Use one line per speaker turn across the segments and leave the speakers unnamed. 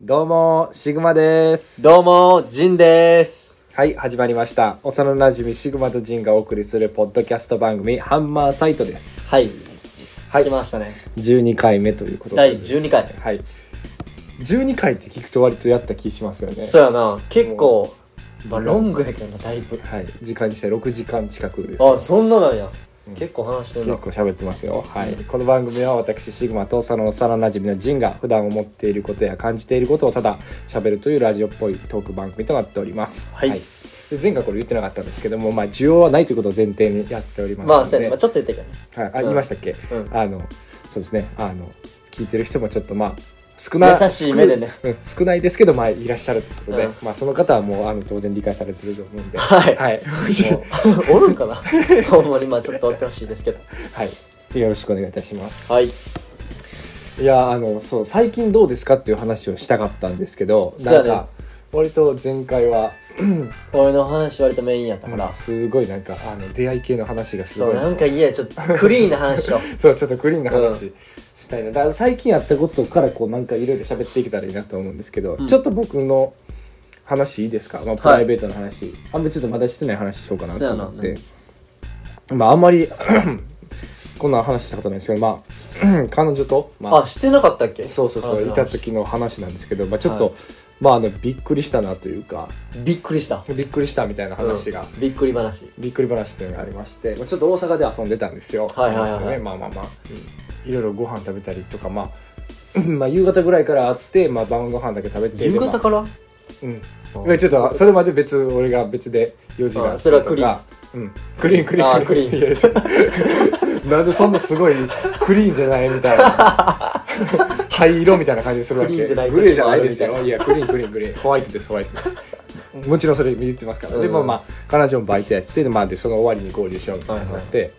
どうも、シグマです。
どうも、ジンです。
はい、始まりました。幼馴染シグマとジンがお送りするポッドキャスト番組、ハンマーサイトです。
はい。
はい
来ましたね。
12回目ということで
第12回。
はい。12回って聞くと割とやった気しますよね。
そうやな、結構、まあ、
時間
ロングやけどな、だいぶ。
はい、時間にして6時間近くです。
あ、そんななんや。結構話してる
結
な。
構喋ってますよ、はい
うん
この番組は私シグマとその幼なじみのジンが普段思っていることや感じていることをただ喋るというラジオっぽいトーク番組となっております、
はい
で前回これ言ってなかったんですけども、まあ、需要はないということを前提にやっております
まあ、
の
そう
で、
やね。まあ、ちょっと言ったけどね。
はい、あ
うん
言いましたっけ、
うん
あのそうですねあの聞いてる人もちょっとまあ少な
優しい目でね
少,、うん、少ないですけどまあいらっしゃるということで、
うん
まあ、その方はもうあの当然理解されてると思うんでは
は
い、
い。もうおるん かなほんまに、まあ、ちょっと追ってほしいですけど。
はい、よろしくお願いいたします
はい。
いやあのそう最近どうですかっていう話をしたかったんですけど
そう
な
や
ん
ね
か割と前回は
俺の話割とメインやったか
う
ら
ん。すごいなんかあの出会い系の話がす
そ
ご
う、
い
なんかいや、ちょっとクリーンな話を。
そうちょっとクリーンな
う
話したいな、だから最近やったことからこうなんかいろいろ喋っていけたらいいなと思うんですけど、
うん
ちょっと僕の話いいですか、まあ、プライベートの話、あんまりちょっとまだしてない話しようかなと思っ
そうや
て、まああんまり こんな話したことないんですけどまあ 彼女と、まあ
あ、してなかったっけ
そうそうそう
彼女
い
の
た
話
時の話なんですけど、まあ、ちょっと、
はい
まああのびっくりしたなというか
びっくりした。
びっくりしたみたいな話が、
うんびっくり話。
びっくり話というのがありまして、まあ、ちょっと大阪で遊んでたんですよ、
はいはいはいはい
ね、まあまあまあ、いろいろご飯食べたりとかまあまあ夕方ぐらいからあって、まあ、晩ご飯だけ食べて
夕方
か、
から
うん
うん
いやちょっとそれまで別俺が別で用事が
あそれはクリーン
あったとかうん、クリーンクリーン
あークリーン
ン なんでそんなすごいクリーンじゃないみたいな灰色みたいな感じするわけ
クリーンじゃない
グレーじゃないです
みた
よ
い
いやクリーンクリーンクリーンホワイトですホワイトですもちろんそれ言ってますから、で
うん
まあまあ彼女もバイトやってで,、まあ、でその終わりに合流しようみたいになって、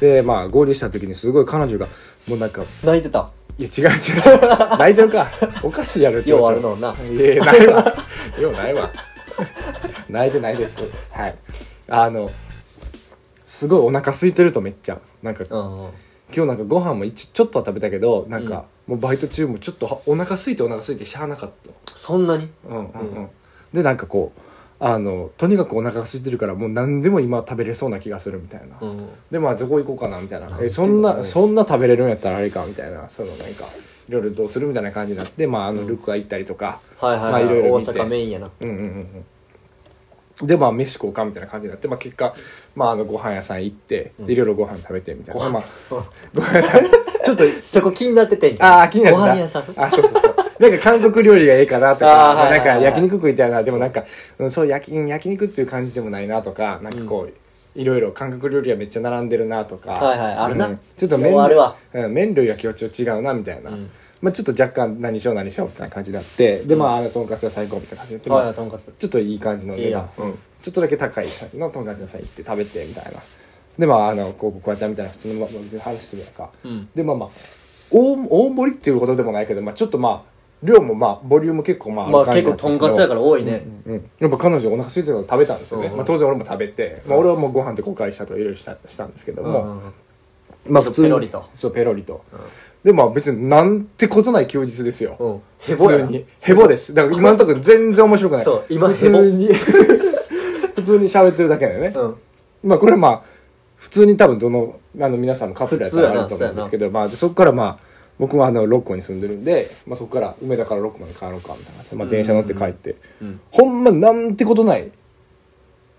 でまあ合流した時にすごい彼女がもうなんか
泣いてた。
いや違う違う違 う泣いてるかおかしいやろちょ
よう
ちょ
あるのな。
いやいやないわようないわ泣いてないですはいあのすごいお腹空いてるとめっちゃなんか
うんうん。
今日なんかご飯も一ちょっとは食べたけどなんか、もうバイト中もちょっとはお腹空いてお腹空いてしゃあなかった
そんなに
うんうんうん
うん
でなんかこうあのとにかくお腹が空いてるからもう何でも今食べれそうな気がするみたいな、
うん。
でまあどこ行こうかなみたいな
なん
え
て
そんな、
うん
そんな食べれるんやったらあれかみたいなそのなんかいろいろどうするみたいな感じになってまああのルックが行ったりとか、
はいはい
まあ
はいい。
ろいろ
大
見て
阪メインやな。
うんうんうんうんでまあ飯食おうかみたいな感じになって、まあ、結果、まあ、あのご飯屋さん行ってでいろいろご飯食べてみたいな、まあ、ご飯屋さん ちょっと
そこ気になっててんけど
ああ、気になる
ご飯屋さん。
あ、そうそうそう。なんか韓国料理がええかなとか、
あー
まあな
はい
ん
はいはい
か焼肉食いたいな、でもなんか、うんそう焼き、焼肉っていう感じでもないなとか、なんかこう、いろいろ韓国料理はめっちゃ並んでるなとか、
はいはいあるな
うんちょっと麺
もうあるわ
類、うん、麺類は今日ちょっと違うなみたいな。
うん
まあちょっと若干何しよう何しようみたいな感じになって、でまああのとんかつは最高みたいな感じになって、まあ
はいはい、とんかつ。
ちょっといい感じの
い
値
い
段
や、
うん、ちょっとだけ高い感じのとんかつ屋さん行って食べてみたいなでまああのこうこうやってみたいな普通の、まあ、話するやんか、
うん
でまあまあ大大盛りっていうことでもないけど、まあ、ちょっとまあ量もまあボリューム結構まあ
まあ結構とんかつやからら多いね。
うん、やっぱ彼女お腹空いてたから食べたんですよね、
うん
まあ、当然俺も食べて、まあ、俺はもうご飯で後悔したとかいろいろしたしたんですけども、まあ普通に
ペロリと
そうペロリと、でまあ別になんてことない休日ですよ、
うん。
ヘ
ヘボ
ボ
や
や
な。
にヘボですだから今のところ全然面白くない
そう今
普通に 普通に喋ってるだけだよね、
うん。
まあこれまあ普通に多分どのあの皆さんのカップルやったらあると思うんですけどまあでそこからまあ僕もあの六甲に住んでるんで、まあ、そこから梅田から六甲まで帰ろうかみたいな、まあ、電車乗って帰って、
うん。
ほんまなんてことない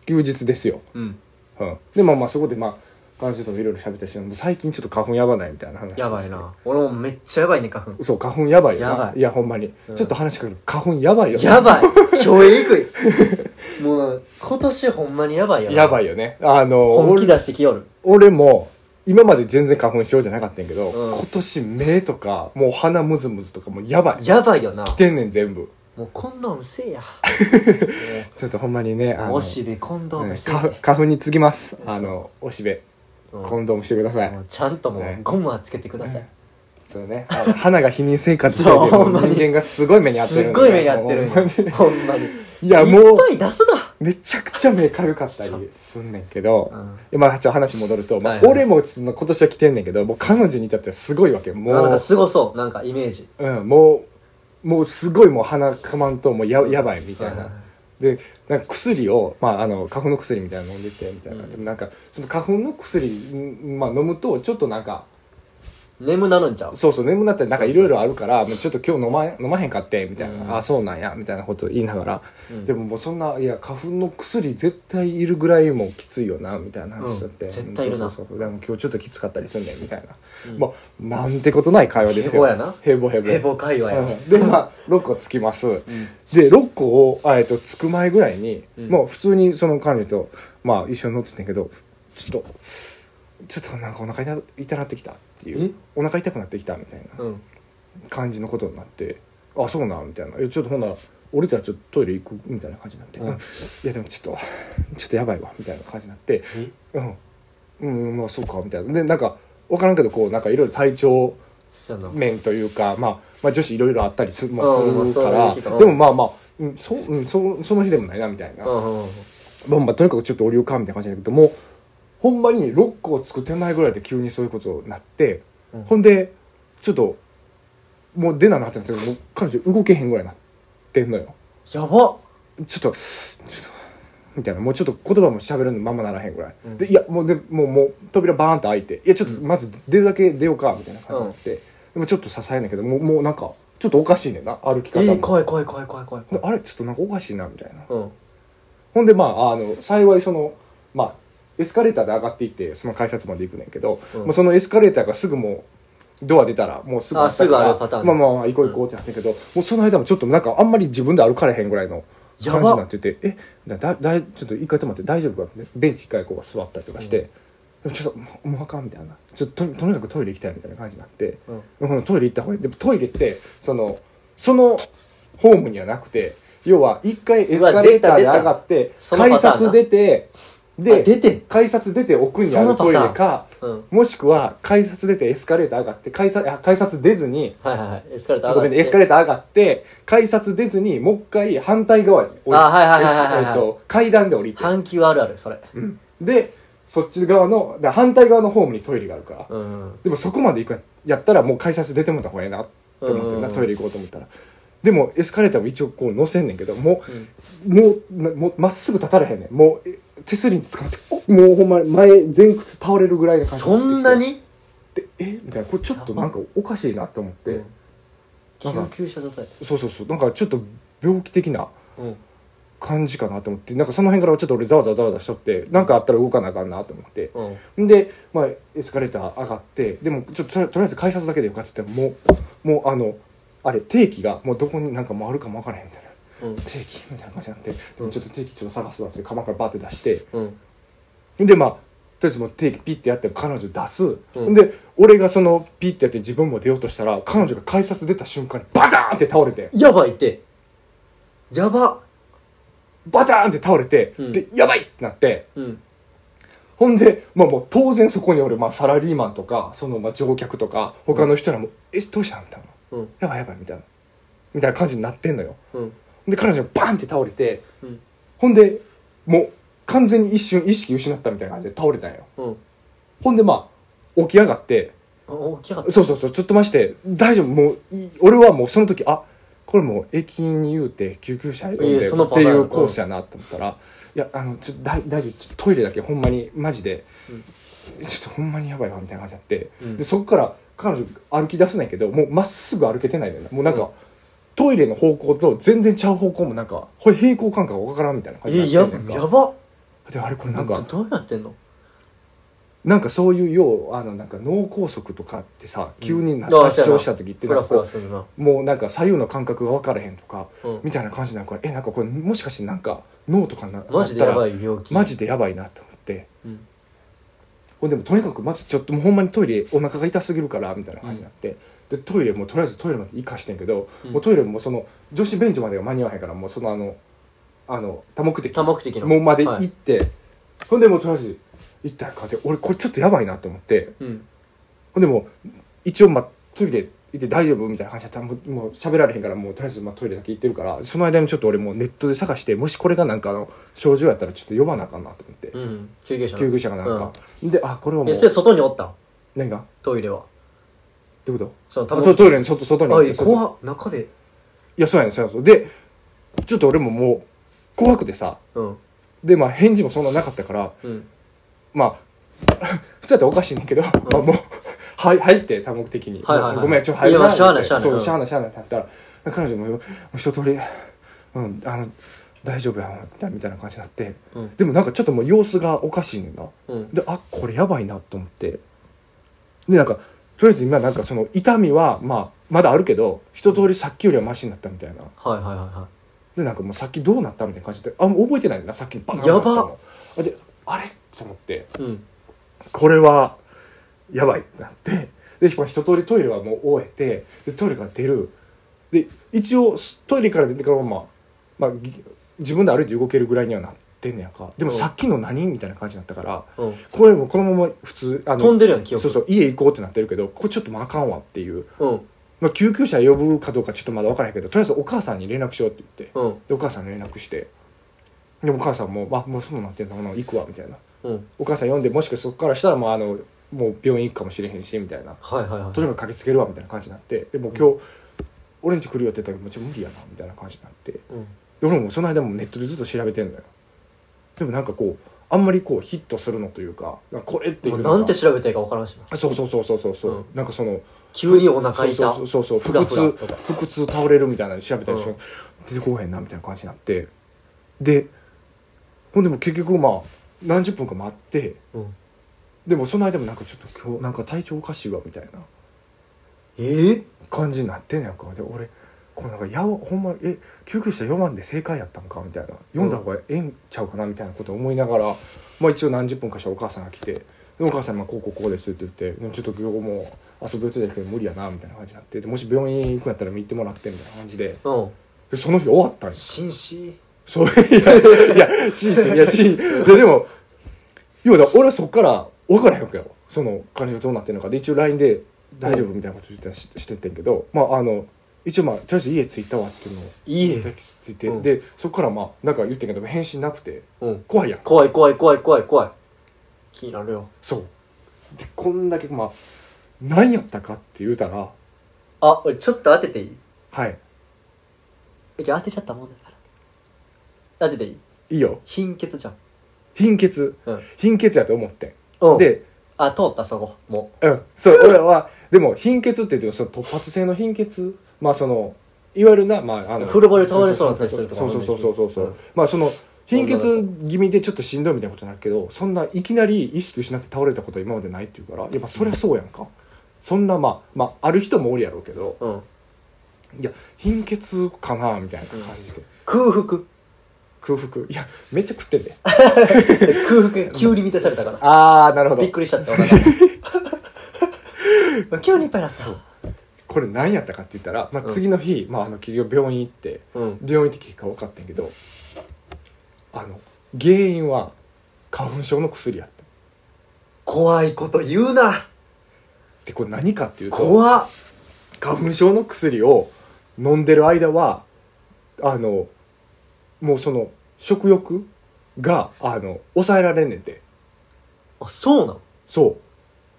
休日ですよ、
うん。
うん、でまあまあそこでまあ彼女ともいろいろ喋ったりしてもう最近ちょっと花粉やばないみたいな話
やばいな。俺もめっちゃやばいね、花粉。
そう花粉やばいよな
やばい
やほんまに、
うん
ちょっと話しかけど花粉やばいよ
や ばい。今日えぐい。もうな、今年ほんまにやばいよ。
やば
い。
いよね。あの、
本気
俺
出してきよる。
俺も、今まで全然花粉症じゃなかったんやけど、
うん
今年目とか、もう鼻ムズムズとかもうやばい。
やばいよな。
来てんねん、全部。
もうコンドームせ えや。ね
ちょっとほんまにね、あの、
おしべコンドー
ね
ムせえ
花
や
粉。花粉に次ぎます。あの、おしべ、
うん
コンドームしてください。
もうちゃんとも
ね
うゴムはつけてください。
そうね。あの花が否認生活してる
そう
もう
ほんまに
人間がすごい目に合ってる
すっ
んで
ごい目に合ってるん
もうほんま
よ。ほんまに。
にいや、も
いうっ、ぱい出すな。
めちゃくちゃ目軽かったりすんねんけど、
うん
今ちょっと話戻ると、まあ
はいはい
俺もその今年は来てんねんけどもう彼女に至ってはすごいわけよも
なん
う
かすごそうなんかイメージ
うん、もうもうすごいもう鼻かまんともうややばいみたい
はい
な
はい。
でなんか薬を、まあ、あの花粉の薬みたいなの飲んでてみたいな、
うん
でもなんかその花粉の薬、んまあ、飲むとちょっとなんか
眠なるんちゃう
そうそう眠くなったりなんかいろいろあるからもうちょっと今日飲まへん飲まへんかってみたいな、
うん
あそうなんやみたいなこと言いながら、
うん
でももうそんないや花粉の薬絶対いるぐらいもうきついよなみたいな話だって、
うん絶対いるな
そうそうそうでも今日ちょっときつかったりすんねんみたいな、
うん
まあなんてことない会話ですよ
ヘボやな
ヘボヘボ
ヘボ界隈や
うんでまあ6個つきます、で6個を、あえっとつく前ぐらいに、
うん
もう普通にその彼女と、まあ、一緒に乗ってたけどちょっとちょっとなんかお腹痛痛なってきたっていう
え
お腹痛くなってきたみたいな
うん
感じのことになって「あそうなん」みたいな「えちょっとほんなら俺たらちょっとトイレ行く」みたいな感じになって「
うん
うんいやでもちょっとちょっとやばいわ」みたいな感じになって
え
「うんうんまあそうか」みたいなでなんか分からんけどこうなんかいろいろ体調
そうやな
面というか、まあ、まあ女子いろいろあったりす,、ま
うん
あ、するか
ま
ら、
あそういう日か
でもまあまあ、うんそうん、そその日でもないなみたいな、
うんうんうん
まあまあとにかくちょっとお湯かみたいな感じだけどもうほんまに6個つく手前ぐらいで急にそういうことになって、
うん
ほんでちょっともう出ななってなったけどもう彼女動けへんぐらいになってんのよ
やばっ
ちょっとちょっとみたいなもうちょっと言葉も喋るのままならへんぐらい、
うん
でいやもうでもうもう扉バーンと開いていやちょっとまず出るだけ出ようかみたいな感じになって、でもちょっと支えんだけどもうもうなんかちょっとおかしいねんな歩き
え
方も、
ー怖い怖い怖い怖い怖い
であれちょっとなんかおかしいなみたいな
うん
ほんでまああの幸いそのまあエスカレーターで上がっていってその改札まで行くねんけど、
うん
もうそのエスカレーターがすぐもうドア出たらもうすぐ
あ
ったから
すぐあるパターン
ま
で
あ
す
まあまあ行こう行こうってなってんけど、もうその間もちょっとなんかあんまり自分で歩かれへんぐらいの
やば
感じになっててえだだだいちょっと一回止まって大丈夫かってベンチ一回こう座ったりとかして、でもちょっともうもうあかんみたいなちょっとととにかくトイレ行きたいみたいな感じになって、
うん
このトイレ行った方がいいでもトイレってそのそのホームにはなくて要は一回エスカレーターで
うわ出た出た
上がって
その
改
パターンな
札出て
あ出
で
てん
改札出て奥にあるトイレ
そのパタ
か
うん
もしくは改札出てエスカレーター上がって改札あ改札出ずに
はいはいはいエスカレーター上
ご
が
めん
って
ねエスカレーター上がって改札出ずにもう一回反対側に降り
あはいはいはいはいはい
エスえっと階段で降りて、
半球あるあるそれ
うんでそっち側のだから反対側のホームにトイレがあるから、
うんうん
でもそこまで行くんやったらもう改札出てもらった方がええなって思って
うん
る
うん
な
うん
トイレ行こうと思ったらでもエスカレーターも一応こう乗せんねんけども
うん
うもうなもうまっすぐ立たれへんねんもうえ手すりにつかまっておもうほんまに前前屈倒れるぐらいの感じ
そんなに
でえみたいなこれちょっとなんかおかしいなと思って、
救急車状態
そうそうそうなんかちょっと病気的な
うん
感じかなと思ってなんかその辺からちょっと俺ざわざわざわざわしとってなんかあったら動かなあかんなと思って、
うん
で、まあ、エスカレーター上がってでもちょっととりあとりあえず改札だけでよかって言ってもうもうあのあれ定期がもうどこになんかもうあるかも分からへんみたいな
うん
定期みたいな感じになってでもちょっと定期ちょっと探すわって釜からバーって出して
うん
でまあとりあえずもう定期ピッてやって彼女出す、
うん
で俺がそのピッてやって自分も出ようとしたら彼女が改札出た瞬間にバターンって倒れて
やばいってやば
バターンって倒れて、
うん
でやばいってなって
うん
ほんで、まあもう当然そこに俺、まあサラリーマンとか、そのまあ乗客とか、他の人らも、え、どうしたんみたいな。
うん
やばいやばいみたいな。みたいな感じになってんのよ。
うん
で、彼女がバーンって倒れて、
うん
ほんで、もう完全に一瞬意識失ったみたいな感じで倒れたんよ。
うん
ほんでまあ、起き上がって、
あ大きかった
そうそうそう、ちょっとまして、大丈夫、もう、い俺はもうその時、あ、これもう駅員に言うて救急車呼ん
い
で
やその
っ
パ
て
ターン
いうコースやなと思ったら、いや、あの、ちょっと大大丈夫、ちょっとトイレだけほんまに、マジで、ちょっとほんまにやばいわみたいな感じになって、
うん
でそこから彼女歩き出すねんやけどもうまっすぐ歩けてないのよもうなんか、トイレの方向と全然ちゃう方向もなんかこれ平行感覚わからんみたいな感じ
え
にな
や
ってんねん
や
か
ば
であれこれな
なん
ん
か
か
どうなってんの
なんかそういうようあのなんか脳梗塞とかってさ急にな
あそうやな
発症した時って
フ
な
ラ
ん
フ
か
ラするな
もうなんか左右の感覚が分からへんとか、
うん
みたいな感じなんかえなんかこれもしかしてなんか脳とかにな
マジでやば
い
い病気
マジでやばいなと思って。
うん
ほんでもとにかくまずちょっともうほんまにトイレお腹が痛すぎるからみたいな感じになって、でトイレもとりあえずトイレまで行かしてんけど、
うん
もうトイレもその女子ベンチまでは間に合わへんからもうそのあのあの多目的
多目的の
もうまで
は
行っ
い
て、ほんでもうとりあえず行ったらかで俺これちょっとやばいなと思って
うん
ほんでもう一応まあトイレ行って大丈夫みたいな感じだったらもうもう喋られへんからもうとりあえずまあトイレだけ行ってるからその間にちょっと俺もうネットで探してもしこれがなんかあの症状やったらちょっと呼ばなあかんなと思って、
うん救急車
救急車がなんか、であこれはも
え
う
それ外におったん
何が
トイレは
ってこと
その
あとトイレの外外に
あいや
外
怖っ中で
いやそうやねんそうやねんでちょっと俺ももう怖くてさ
うん
でまあ返事もそんななかったから
うん
まあ 普通やったらおかしいねんけど、まあもうはい入って多目的に、
はいはいはい
ごめんちょっと入る
いやまあしゃあない
って
しゃあない
そううんしゃあないしゃあないってなったら彼女ももう一通りうんあの大丈夫やわみたいな感じになって
うん
でもなんかちょっともう様子がおかしいねんな
うん
であこれやばいなと思ってでなんかとりあえず今なんかその痛みはまあまだあるけど一通りさっきよりはマシになったみたいな
はいはいはいは
でなんかもうさっきどうなったみたいな感じであもう覚えてないんださっきバーン
やば
なったのであれと思って
いうん
これはやばいってなってでまあ一通りトイレはもう終えてでトイレから出るで一応すトイレから出てからはまあ、まあ、ぎ自分で歩いて動けるぐらいにはなってんねやんかでも
うん
さっきの何みたいな感じになったから
うん
これもこのまま普通あの
飛んでるやん記憶
そうそう家行こうってなってるけどこれちょっともうあかんわっていう、
うん
まあ、救急車呼ぶかどうかちょっとまだ分からへんけどとりあえずお母さんに連絡しようって言って
うん
でお母さんに連絡してでお母さんも「あもうそうなってんだもう行くわ」みたいな
うん
お母さん呼んでもしくはそこからしたらもうあのもう病院行くかもしれへんしみたいな
はいはいはい
とにかく駆けつけるわみたいな感じになってでもう今日、俺んち来るよって言ったらもうちょっと無理やなみたいな感じになってで
うん
俺もその間もネットでずっと調べてんのよでもなんかこうあんまりこうヒットするのというかなんかこれってい
も
う
う
の
なんて
そ
調べたらいいか分からんしな
うそうそうそうそうそう、
うん
なんかその
急にお腹痛
そうそうそうそう
ふらふら
腹
と
痛
か
腹痛倒れるみたいなの調べたりし
うん
出てこうへんなみたいな感じになってでほんでも結局まあ何十分か待って
うん
でもその間もなんかちょっと今日なんか体調おかしいわみたいな
ええ
感じになってんやんかで俺こうなんかやわほんまえ救急車読まんで正解やったんかみたいな読んだ方がええんちゃうかなみたいなこと思いながら、まあ一応何十分かしたらお母さんが来てでお母さんが「こうこうこうです」って言って「でもちょっと今日もう遊ぶ予定だけど無理やな」みたいな感じになってでもし病院行くんやったら見てもらってみたいな感じで
うん
でその日終わったんです
紳士
そういやいや真摯いや真摯ででも要はだから俺はそっから分からへんわけよその彼女どうなってるのかで一応 LINE で「大丈夫」みたいなこと言ってたししてってんけどまああの一応まあとりあえず家着いたわっていうのを
いい
抱きついて、
うん
でそっからまあなんか言ってんけど返信なくて
うん
怖いやん
怖い怖い怖い怖い怖い気になるよ
そうでこんだけまあ何やったかって言うたら
あ俺ちょっと当てていい
はい
いや当てちゃったもんだから当てていい
いいよ
貧血じゃん
貧血
うん
貧血やと思って
うん
んで
あ通ったそこも
うん、そう、俺は、でも貧血って言っても、その突発性の貧血、まあその、いわゆるな、まああの、
フルボレ倒れそうになったりするとか
そ
も
う
ね
そうそうそうそうそう、
うん
まあその、貧血気味でちょっとしんどいみたいなことになるけど、そんないきなり意識失って倒れたことは今までないっていうから、やっぱそりゃそうやんか。そんな、まあ、まあ、ある人もおるやろうけど、
うん
いや、貧血かな、みたいな感じで。
空 腹
空腹。いや、めっちゃ食ってんで。
空腹が急に満たされたから
あー、なるほど
びっ。くりしちゃ った今 日にいっぱいだった
そうこれ何やったかって言ったら、まあ、次の日、まあ、あの企業病院行って、
うん
病院的結果分かってんけどあの原因は花粉症の薬やった
怖いこと言うな
でこれ何かっていうと
怖っ
花粉症の薬を飲んでる間はあのもうその食欲があの抑えられんねんて
あそうなの
そ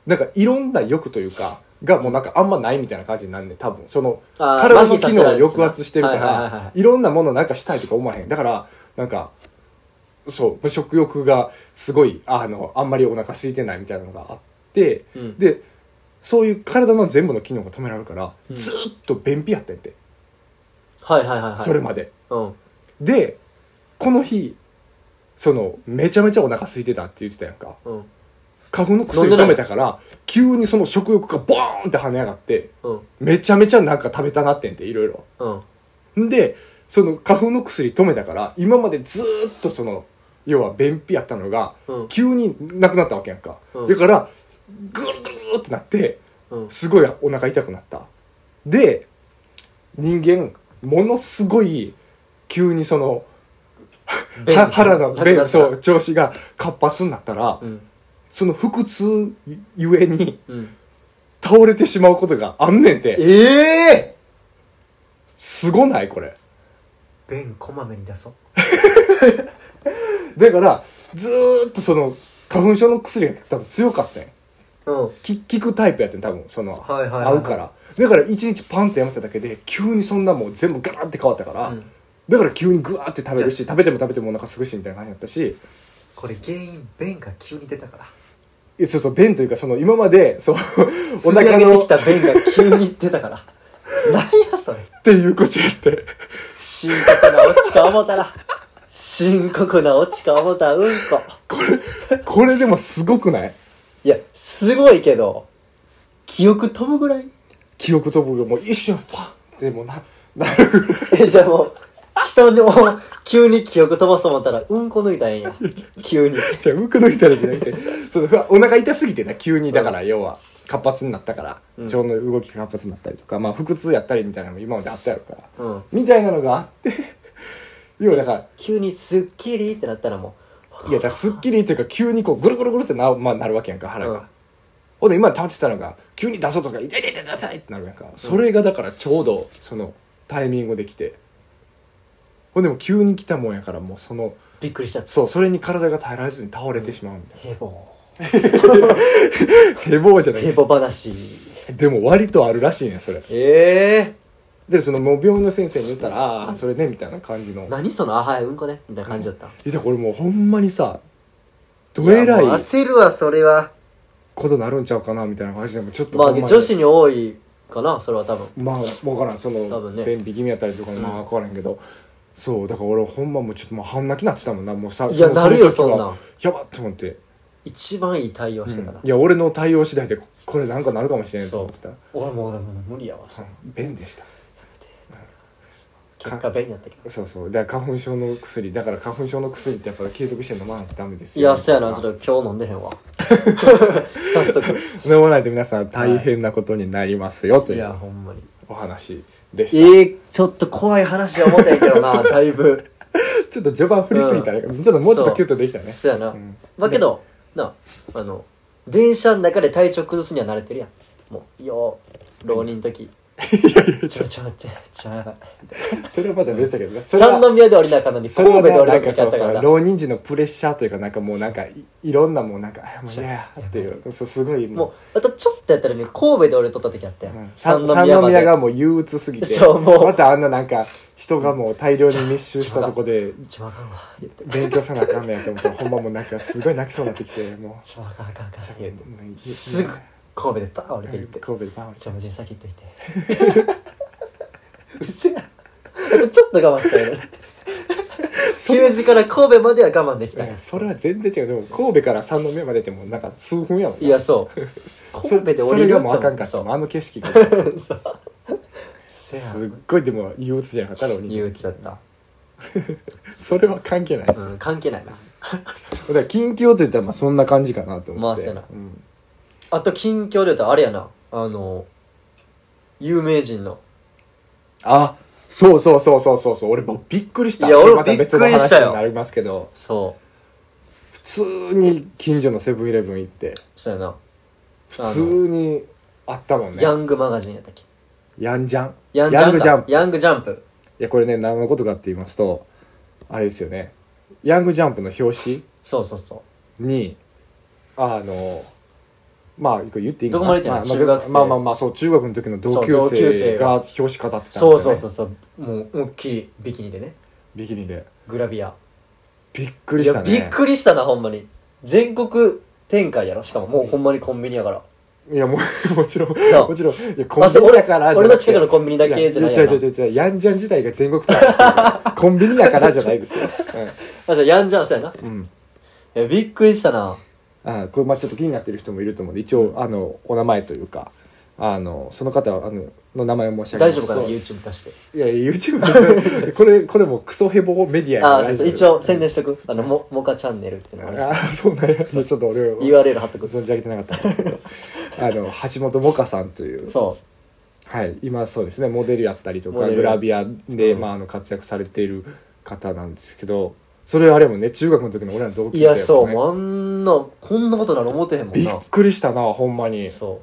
うなんかいろんな欲というかがもうなんかあんまないみたいな感じになんねん多分その
あー
体の
麻痺さ
機
せら
能を
れるんですね
抑圧してるか
はいはいはいは
らいろんなものなんかしたいとか思わへんだからなんかそう食欲がすごいあのあんまりお腹空いてないみたいなのがあって、
うん
でそういう体の全部の機能が止められるから、
うん
ずーっと便秘やってんて、
はいはいはいはい
それまで
うん
でこの日そのめちゃめちゃお腹空いてたって言ってたやんか
うん
花粉の薬
飲んでない
止めたから急にその食欲がボーンって跳ね上がって
うん
めちゃめちゃなんか食べたなってんていろいろ
うん
んでその花粉の薬止めたから今までずーっとその要は便秘やったのが、
うん
急になくなったわけやんか、
うん
だからぐるぐるぐるってなって
うん
すごいお腹痛くなったで人間ものすごい急にその
便
は腹の
なくな
便
った
そう調子が活発になったら、
うん
その腹痛ゆえに
うん
倒れてしまうことがあんねんて
ええ
すごないこれ
便こまめに出そう
だからずーっとその花粉症の薬が多分強かったんや
うん
き効くタイプやってん多分その、
はいはいはい
合うからだから一日パンってやめただけで急にそんなもう全部ガラッて変わったから、
うん
だから急にグワーって食べるし食べても食べてもお腹すくしみたいな感じだったし
これ原因便が急に出たから
えそうそう便というかその今まで そうお
吸い
腹
上げ
の
てきた便が急に出たから なんやそれ
っていうことやって
深刻なオチか思たら深刻なオチか思たうんこ
これでもすごくない
いやすごいけど記憶飛ぶぐらい
記憶飛ぶがもう一瞬ファンってもうな なるぐらい
えじゃあもう人にも急に記憶飛ばす思ったらうんこ抜いたん や急に
じゃあ、むくどいたらじゃなくて、そのふわお腹痛すぎてな、急に、だから、要は、活発になったから、腸の動きが活発になったりとか、まあ、腹痛やったりみたいなのも今まであったやろから、
うん
みたいなのがあって、要はだから、
急にすっきりってなったらも
いや、だからすっきりというか、急にこう、ぐるぐるぐるってな,、まあ、なるわけやんか、腹が。
うん
ほんで、今溜まってたのが、急に出そうとか、痛い痛い痛い痛いってなるやんか。それが、だから、ちょうど、その、タイミングできて、ほんでも、急に来たもんやから、もう、その
う、びっくりしちゃった
そう、それに体が耐えられずに倒れてしまうみたい
ヘボ
な。 ヘボーじゃない
ヘボ話
でも割とあるらしいねそれ
ええ
でそのもう病院の先生に言ったら「ああーそれね」みたいな感じの
何そのあはいうんこねみたいな感じだった、
いやこれもうほんまにさどえらい
やもう焦るわそれは
ことなるんちゃうかなみたいな感じでもちょっと
ま
ほ
あ
んに
女子に多いかなそれは多分
まあ分からんそ
多
の
分ね
便秘気味やったりとかまあ分からんけど、そうだから俺ほんまもうちょっともう半泣きになってたもんなもうさ
いや
その
なるよ
その時は
そんなん
やばっと思って、
一番いい対応してたな、
いや俺の対応次第でこれなんかなるかもしれんと思ってた
俺もうもう無理やわそれ
うん便でした
結果便やったけど
そうそうだから花粉症の薬だから花粉症の薬ってやっぱ継続して飲まないとダメです
い
よ
やそやなちょっと今日飲んでへ んわ早速
飲まないと皆さん大変なことになりますよと
い
い
や
う
ほんまに
お話でし
え
た、
ー、ちょっと怖い話や思ったんやけ どなだいぶ
ちょっと序盤振りすぎたね、ちょっともうちょっとキュッとできたね
そやな、
ん
まあけどなあの電車の中で体調崩すには慣れてるやんもうよう浪人の時ちょちょ待ってちょやばい
それはまだ別だけどねそれは
三宮で降りなあかんのに
それ
神
は
戸
ね
で降りな
な
あ
ん
かん
か
か
そう
った
そ
か
う
ら
浪人時のプレッシャーというかなんかもうなんかいいろんなもうなんかあもういやーっていうそうすごい
も
も
うあとちょっとやったらね神戸で俺撮った時あったよ、
う、うん
三
三
宮
三
まで
宮がもう憂鬱すぎて
そうもう
またあんななんか人がもう大量に密集したとこで
一番あかんわ言って
勉強さなあかんねやと思った らほんまもうなんかすごい泣きそうになってきても
一番あかんあかんあかん言うて
う
すぐ神戸でバーン降りていって
神戸でバーン
じゃあ無人先行っといてうせやあとちょっと我慢したよね姫路から神戸までは我慢できた
いやそれは全然違うでも神戸から三宮までってもうなんか数分やもんない
やそう神戸で降り
それ
る
が
って
もうあかんかっ
そ
た
う
もんあの景色 が
そうせや
すっごいでも憂鬱じゃなかったのに
憂鬱だった、
それは関係ないです、
うん、関係ないな
だから近況といったらまあそんな感じかなと思って
まあそうやな
うん
あと近況で言うとあれやなあの有名人の
あそうそうそうそうそうそう俺もうびっくりした
いや俺も
また別の
びっくりした
話
よ
になりますけど
そう
普通に近所のセブンイレブン行って
そうやな、
普通にあったもんね
ヤングマガジンやったっけ
ヤンジャン
ヤンジャ
ヤン
ンか
グジャンプ
ヤングジャンプ
いやこれね何のことかって言いますとあれですよねヤングジャンプの表
そうそうそう
紙にあのまあこれ言っていいか
どこまで言
ま
っ
あ
てんの中学生
まあまあまあそう中学の時の同級
そう同級
生
生
が
が
表紙飾ってたんですよ、
そ
ね、
うそうそうそうもう思いっきりビキニでね
ビキニで
グラビア
びっくり
い
し
や
たね
びっくりしたなほんまに全国展開やろしかももうほんまにコンビニやから
いやもう もちろん
なあ
もちろんいやコ
あ
ンビ
そう
ニ
俺
だから
俺の近くの
の
コンビニだけじゃないや
違う
ろ
違う違う違うヤンジャン自体が全国展開して るコンビニだからじゃないですよ、
あじゃあやんじゃんそうやな
うんうん
いやびっくりしたな
あこれまあちょっと気になってる人もいると思うんで一応あのお名前というかあのその方はあのの名前を申し上げま
大
す
丈
と
夫かな YouTube 出して
いやいや YouTube でこれこれもクソヘボメディア
あ
やから
そうそう
大
一
丈夫
応宣伝しとくあのもモカチャンネルっていうのもある
あそうなんやちょっと俺は
し URL 貼っとく
存じ上げてなかったんですけどあの橋本萌歌さんという
そ
はい今そうですねモデルやったりと
モ
か
デル
グラビアで、
うん
まあ、あの活躍されている方なんですけどそれあれもね中学の時の俺らの同
う
級
い
生や
や
ったね
そうもうあんなこんなことなの思ってへんもん
びっ
な
くりしたなほんまに
そ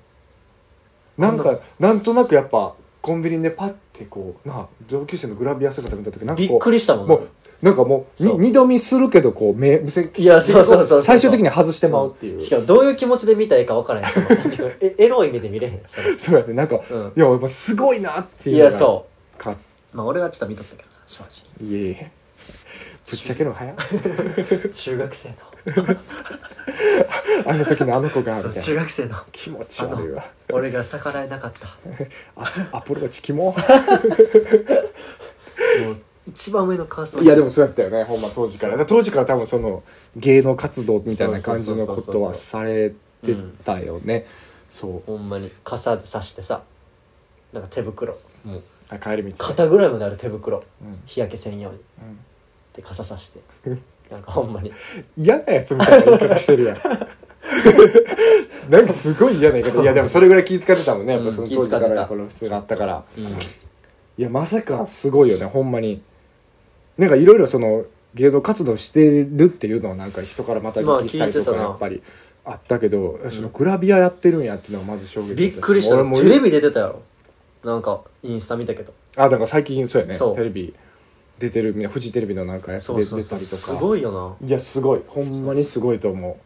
なんかなんとなくやっぱコンビニでパッてこうな同級生のグラビア姿見た時なん
う
かこう
びっくりしたもん
も
な
うなんかもう
そう
に二度見するけどこう目見せ
いやそうそうそうそう
最終的に外してまうっていう、
しかもどういう気持ちで見たらいいか分からへんそのえエロい目で見れへんそれ
そうやってなんか、
うん
いややっぱすごいなっていう
い
のが
やそ
か
うまあ俺はちょっと見とったけどな正直
いえいえぶっちゃけの早い
中学生の
あの時のあの子がみ
そう
たい
中
な
学生の
気持ち悪いわ
俺が逆らえなか った
あアプローチキモ
もう一番上のカースト
いやでもそうやったよねほんま当時からだから当時から多分その芸能活動みたいな感じのこ
そうそうそう
と
そう
はされてたよねそう
ほんまに傘で刺してさなんか手袋もう
あ帰り道
肩ぐらいまである手
う
袋
ん
日焼けせんよう
う
に
ん
で傘 さしてなんかほんまに
嫌なやつみたいな言い方してるやん なんかすごい嫌な言い方いやでもそれぐらい気遣ってたもんねやっぱその当時か
うん気遣って
ら
た
この普通があったから
うん
いやまさかすごいよねほんまになんかいろいろその芸能活動してるっていうのはなんか人からまた
まあ
聞きしたりと
聞いて
か
たな
やっぱりあったけど、そのグラビアやってるんやっていうのはまず衝撃だ
びっくりした
俺も
テレビ出てたやろなんかインスタ見たけど
あだから最近そうやね
そう
テレビ出てるみんなフジテレビのなんかやつ
そう
で
そう
出
そ
た
う
りとか
すごいよ
いやすごいほんまにすごいと思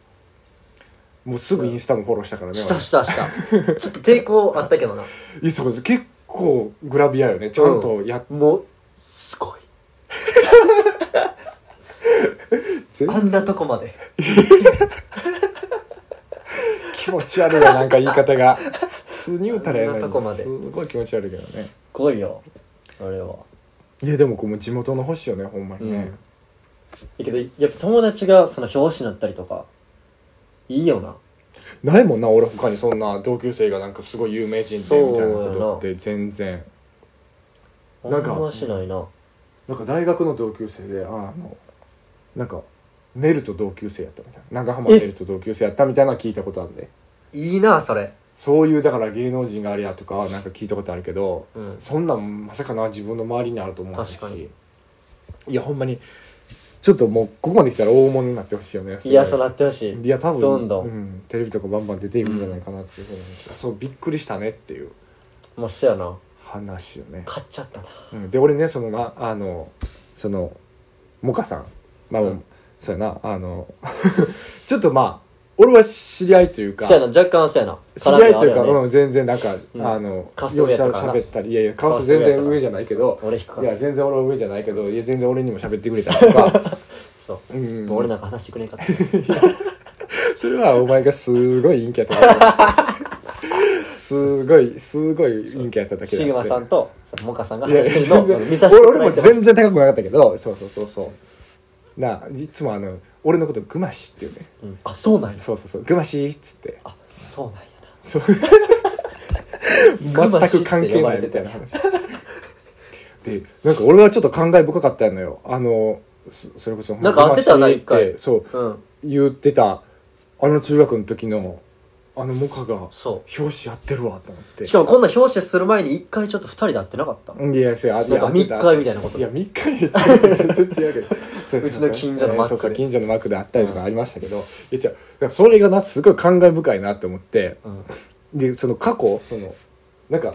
うもうすぐインスタもフォローしたから
な
ね
したし たしたちょっと抵抗あったけどな
俺いやそうです結構グラビアよねちゃんとやっ、
もうすごい
全
あんなとこまで
気持ち悪いわなんか言い方が普通に言うたらやな
あんなとこまです
ごい気持ち悪いけどね
すごいよあれはい
やでもこうもう地元の星よねほんまにね、
うんだけどやっぱ友達がその表紙になったりとかいいよな
ないもんな俺他にそんな同級生がなんかすごい有名人でみたいなことって全然なんか
あんましないな
なんか大学の同級生であのなんかネルと同級生やったみたいな長浜ネルと同級生やったみたいなのは聞いたことあるんで
いいなそれ
そういうだから芸能人がありやとかなんか聞いたことあるけど
うん
そんなんまさかな自分の周りにあると思うし
確かに
いやほんまにちょっともうここまで来たら大物になってほしいよね
いやそう
れ
なってほしい
いや多分
どんどん
うん、テレビとかバンバン出ていくんじゃないかなっていうふうに、そうびっくりしたねっていう
もうそやな
話よね、
買っちゃったな
うん、で俺ねそのなあのそのモカさんまあ、
うん
そうやなあの ちょっとまあ俺は知り合いというか
そうやな若干そうやな
知り合いという
絡み
か、
あるよね
うん、全然なんか、
うん
あの
カスト上やったからな
喋ったりいやいやカウス全然上じゃないけど
俺引くか
い
ら
や全然俺は上じゃないけどいや全然俺にも喋ってくれたりと か、
そうう、
ん、
もう俺なんか話してくれんかった
それはお前がすごい陰キャやっただけすごいすごい陰キャやっただけ
シグマさ
ん
んとそのモカさんが
いや
話してる
全
のを見さ
然
せて
俺
く
俺も
れてまし
全然高くなかったけどそうそうそうそうなあいつもあの俺のことグマシっていうね
た、うん、あそうなんや
そうそうそうグマシっつって
あそうなんや
そう全
グマシっ
く
て呼ば
関係ない
れてた
みたいな話でなんか俺はちょっと感慨深かったのよあのそそれこそ
なんか当てたな
グマシー
一回
そう
なうん
言ってたあの中学の時のあのモカが
そ
表紙やってるわと思って
うしかもこんな表紙する前に一回ちょっと二人で会ってなかった、
うんいやそうやあ
なんか密会みたいなこと
いや密会で違うけど違うけどそう
ちの近所のマックで
そうそう近所のマックであったりとかありましたけど、いや違うだからそれがなすごい感慨深いなって思って
うん、
でその過去そのなんか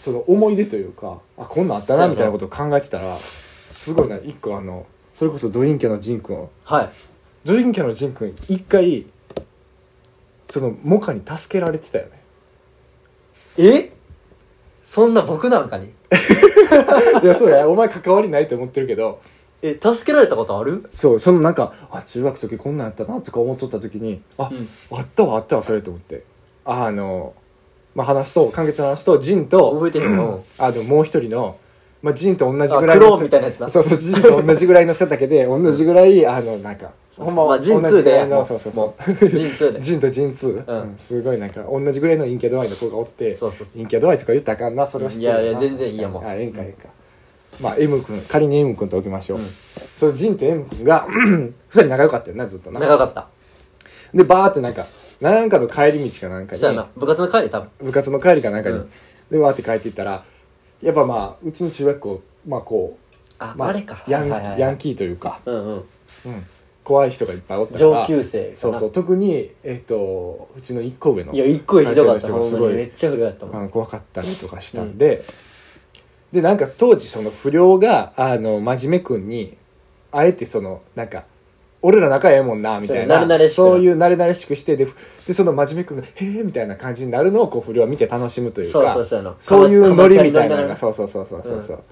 その思い出というかあこんなんあったなみたいなことを考えてたらすごいな一個あのそれこそドインキャのジン君
はい
ドインキャのジン君一回そのモカに助けられてた よね
えそんな僕なんかに
いやそうやお前関わりないと思ってるけど
え助けられたことある
そうそのなんかあ中学の時こんなんやったなとか思っとった時にあ、
うん
あったわあったわそれと思ってあの、まあ、話と完結の話とジンと
覚えてるの
あでももう一人の、まあ、ジンと同じ
あ
ぐ
ク
らい
ロ
の
ーンみたいなやつな
そうそうジンと同じぐらいの背丈で同じぐらいあのなんか
そう
ほんま
まあジン
同じ
2
ぐら
で
いのそうそう
も
そう
うジン2で
ジンとジン2、
うん
うんすごいなんか同じぐらいの陰キャ度合いの子がおって
そうそうそう
陰キャ度合いとか言ったらあかんなそれは失礼だない
やいや全然いいやもう
あええんかええんかまあ M 君仮に M 君と置きましょう、
うん
そのジンと M 君が 二人仲良かったよなずっとな
長かった
でバーってなんかなんかの帰り道かなんか
そうや
に
な部活の帰り多分
部活の帰りかなんかに、
うん
でバーって帰っていったらやっぱまあうちの中学校まあこ
あ、
う、ま
あれか
ヤン
はいはいはい
ヤンキーというか、
うんうん
うん怖い人がいっぱいおったから
上級生
そうそうう特にえっ、とうちの一個上の
や一個ひどかった
会社の人が
ほん
す
ま
ごい
にめっちゃ古かったも
あ
ん
の怖かったりとかしたんで、でなんか当時その不良があの真面目君にあえてそのなんか俺ら仲ええもんなみたいな
そう慣れ慣れしくな
そういう慣れ慣れしくしてでふでその真面目くんが「へえ」みたいな感じになるのをこう不良は見て楽しむというか
そうそうそうあの
そういうノリみた
か
いな
まちゃんに乗りなが
の
ら
がそうそうそうそうそうそう、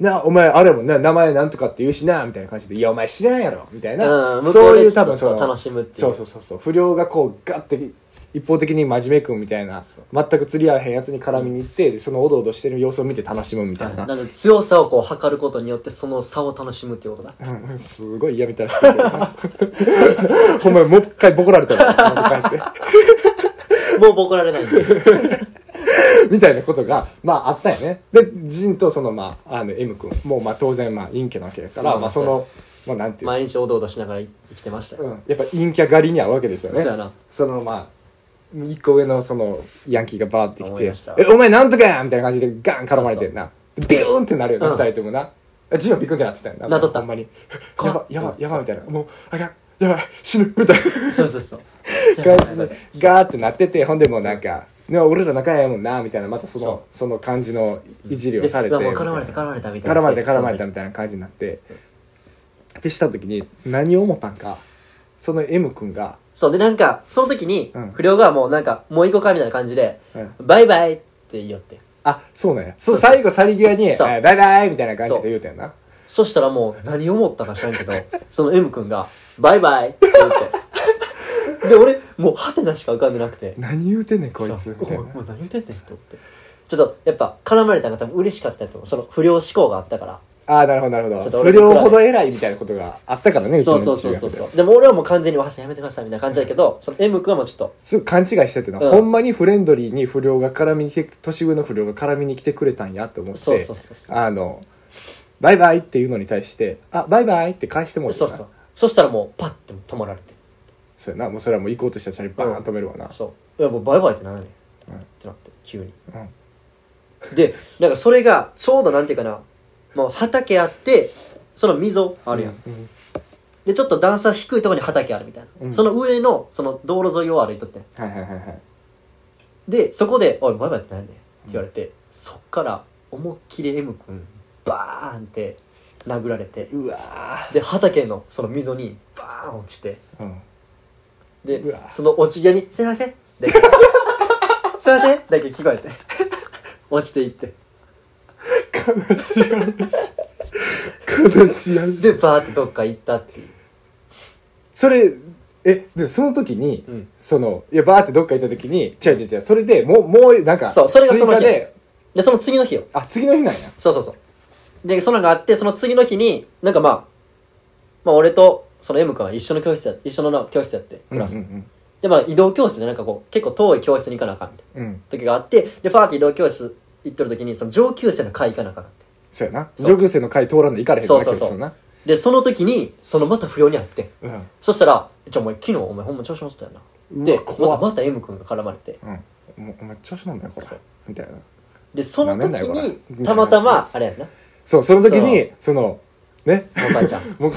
なお前あれやもんな名前なんとかって言うしなみたいな感じで「いやお前知らんやろ」みたいな、
うん向こ
そう
う
い
で
う
ち
多
ょっと
分その
そう楽しむっていう
そうそうそうそう不良がこうガッて一方的に真面目くんみたいな
そう
全く釣り合わへんやつに絡みに行ってでそのおどおどしてる様子を見て楽しむみたいな、
なんか強さをこう測ることによってその差を楽しむっていうことだ
うん すごい嫌みたい な。ほんまにもう一回ボコられたら、その帰っ
もうボコられないんで
て。みたいなことが、まああったよね。で、ジンとその、まあ、あの、M 君、もうまあ当然、まあ陰キャなわけだか
ま
ら、
あ
まあその、まあなんていうか、
毎日おどおどしながら生きてましたよ、
うん、やっぱ陰キャ狩りに合うわけですよね
そうやな。
その、まあ、一個上のその、ヤンキーがバーってき
思い出した
て、え、お前なんとかやみたいな感じでガン絡まれてんな。ビューンってなるよね、
うん
二人ともな。ジンはビクンってなってたよな。
なっとった
ほんまに。
怖
や
っ
ば、やば、やば、みたいな。もう、あかん、やばい、死ぬ、みたいな。
そうそうそう
ガーガーってなっててほんでもうなんか「ね俺ら仲やもんな」みたいなまたその
そう
その感じのいじりをされて
でうわもう絡まれ
み
た
たい
絡まれたみたい
な
な
絡まれた絡まれた
み
みたいな感じになってってした時に何を思ったんかその M 君が
そうでなんかその時に
うん
不良がもうなんかもう行こうかみたいな感じで
「うん
「バイバイ」って言おって
あそうなんや」そう
そうそう
最後去り際に「え
そう
ーバイバイ」みたいな感じで言うたよな
そしたらもう何思ったか知らんけど その M 君が「バイバイ」って言ってで俺もうハテナしか浮かんでなくて
何言うてんねんこい
そ
つ
う
みたい
おいも
な
う何言うてんねんって思ってちょっとやっぱ絡まれたのが多分嬉しかったんやと思うその不良思考があったから
ああなるほどなる
ちょ
ほ
っと
ど
俺
不
も暗い
良ほど偉いみたいなことがあったからねうち
そ
の
うそうそうそ
中
う
学
そう
で
でも俺はもう完全に「わさやめてください」みたいな感じだけどその M 君はもうちょっと
すごい勘違いしててな、
うん
ほんまにフレンドリーに不良が絡みに来て年上の不良が絡みに来てくれたんやって思って
そうそうそうそう
あのバイバイっていうのに対して「あバイバイ」って返してもら
そうそうそしたらもうパッて止まられて
そうやなもうそれはもう行こうとしたチャリバーン止めるわな、
そういやもうバイバイってならねん
うん
ってなって急に
うん
でなんかそれがちょうどなんていうかなもう畑あってその溝あるやん、
うん
でちょっと段差低いところに畑あるみたいな、
うん
その上のその道路沿いを歩いとってん
はいはいはいはい
でそこで「おいバイバイってなんやねん」って言われて、そっから思いっきり M 君バーンって殴られて
うわ
で畑のその溝にバーン落ちて
ーうん
で
うわ
その落ち際に「すいません」 だけすいません」だけ聞こえて落ちていって
悲しい話悲しい話
でバーってどっか行ったっていう、
それえでもその時に、
うん、
そのいやバーってどっか行った時に違う違う違うそれでもうもうなんか
そうそれがその日
追加で
でその次の日よ
あ次の日なんや
そうそうそうでそんなのがあってその次の日になんかまあまあ俺とその M 君は一緒の教室や一緒の教室やってクラス、
うんうん
でまあ移動教室でなんかこう結構遠い教室に行かなあかんみたい
うんうん
な時があってでファーって移動教室行ってる時にその上級生の会行かなあかんって
そうやな
そう
上級生の会通らんの行かれへん
そう
な
そうそう
教室な
でその時にそのまた不良に会って
うん
そしたら「じゃあお前昨日お前ほんま調子乗ってたよな」
うわ
でま
怖
た
っ
また M 君が絡まれて
うんもうお前調子なんだよこれ
そう
みたいな
でその
舐
時
めんなよこ
に
れ
たまたまあれやな
そうその時にそのね
お母ちゃん
僕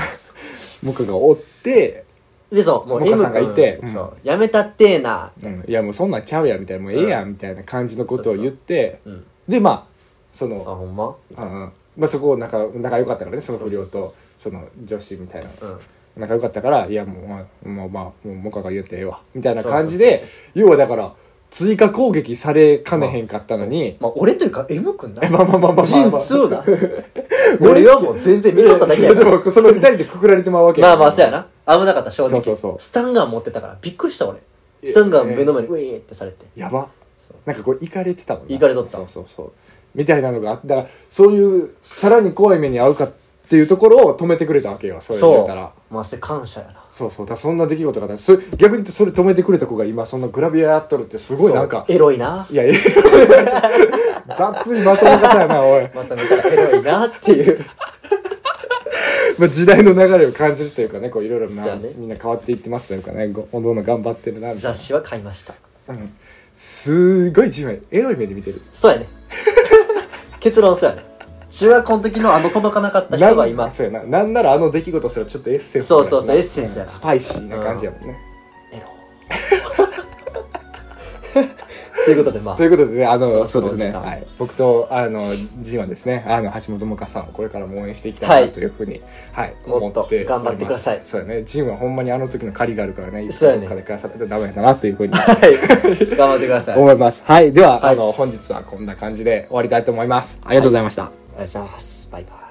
僕がおって、
でそうもう
もか
M
さんがいて
君
うん
そうやめたってーな
うんいやもうそんなんちゃうやんみたいなもうええやんみたいな感じのことを言って
うん
でまあそ
あ
の
ほんま
うんうんまあそこ仲仲良かったからねその不良
そうそう
と
そ
そ
う
の女子みたいな
うん
仲良かったからいやもうまあまあまあもうモカが言ってええわみたいな
そうそうそう
感
そ
じ
う
で要はだから追加攻撃されかねへんかったのに
まあ俺というか M 君な
えまあまあまあまあまあまあ
陣 強だ俺はもう全然見とっただけや
で
な
もその二人でくくられてまうわけ
まあまあそうやな危なかった正
そ
直
うそうそう
スタンガン持ってたからびっくりした俺
え
スタンガン目の前にウィーってされて
やば
そう
なんかこういかれてたもん
イカれとった
そうそうそうみたいなのがあってだからそういうさらに怖い目に遭うかっていうところを止めてくれたわけよそれ言
そ
ったら
うまあそれ感謝やな
そうそうだからそんな出来事があったそれ逆に言ってそれ止めてくれた子が今そんなグラビアやっとるってすごいなんか
そうエロいない
やいや 雑いまとめ方やなおい、
また見たらエロいなっていう
まあ、時代の流れを感じるというかねこういろいろ
そう
な、
やね
みんな変わっていってますというかねごおのおの頑張ってるなみたいな
雑誌は買いました
うんすごい自分エロい目で見てる
そうやね 結論そうやね中学校の時のあの届かなかった人が
な
今
んそうやななんならあの出来事すらちょっとエッセンス
そうそうそう
な
エッセンスやな
スパイシーな感じやもんね、
エロ ということでまあ
ということでね、あの、
そ
そう
ろそろ
ですね、
お時間
はい、僕と、あの、ジンはですね、あの、橋本萌歌さんをこれからも応援していきた
はいい
なというふうに、はい、
もっと
思おります
頑張ってください
そうだね、ジンはほんまにあの時の借りがあるからね、いつ
そうやね
どっかで返さないとダメだなというふうに
はい頑張ってくださいお
思います。はい、では、
はい
あの、本日はこんな感じで終わりたいと思います。ありがとうございました。
願いしますバイバイ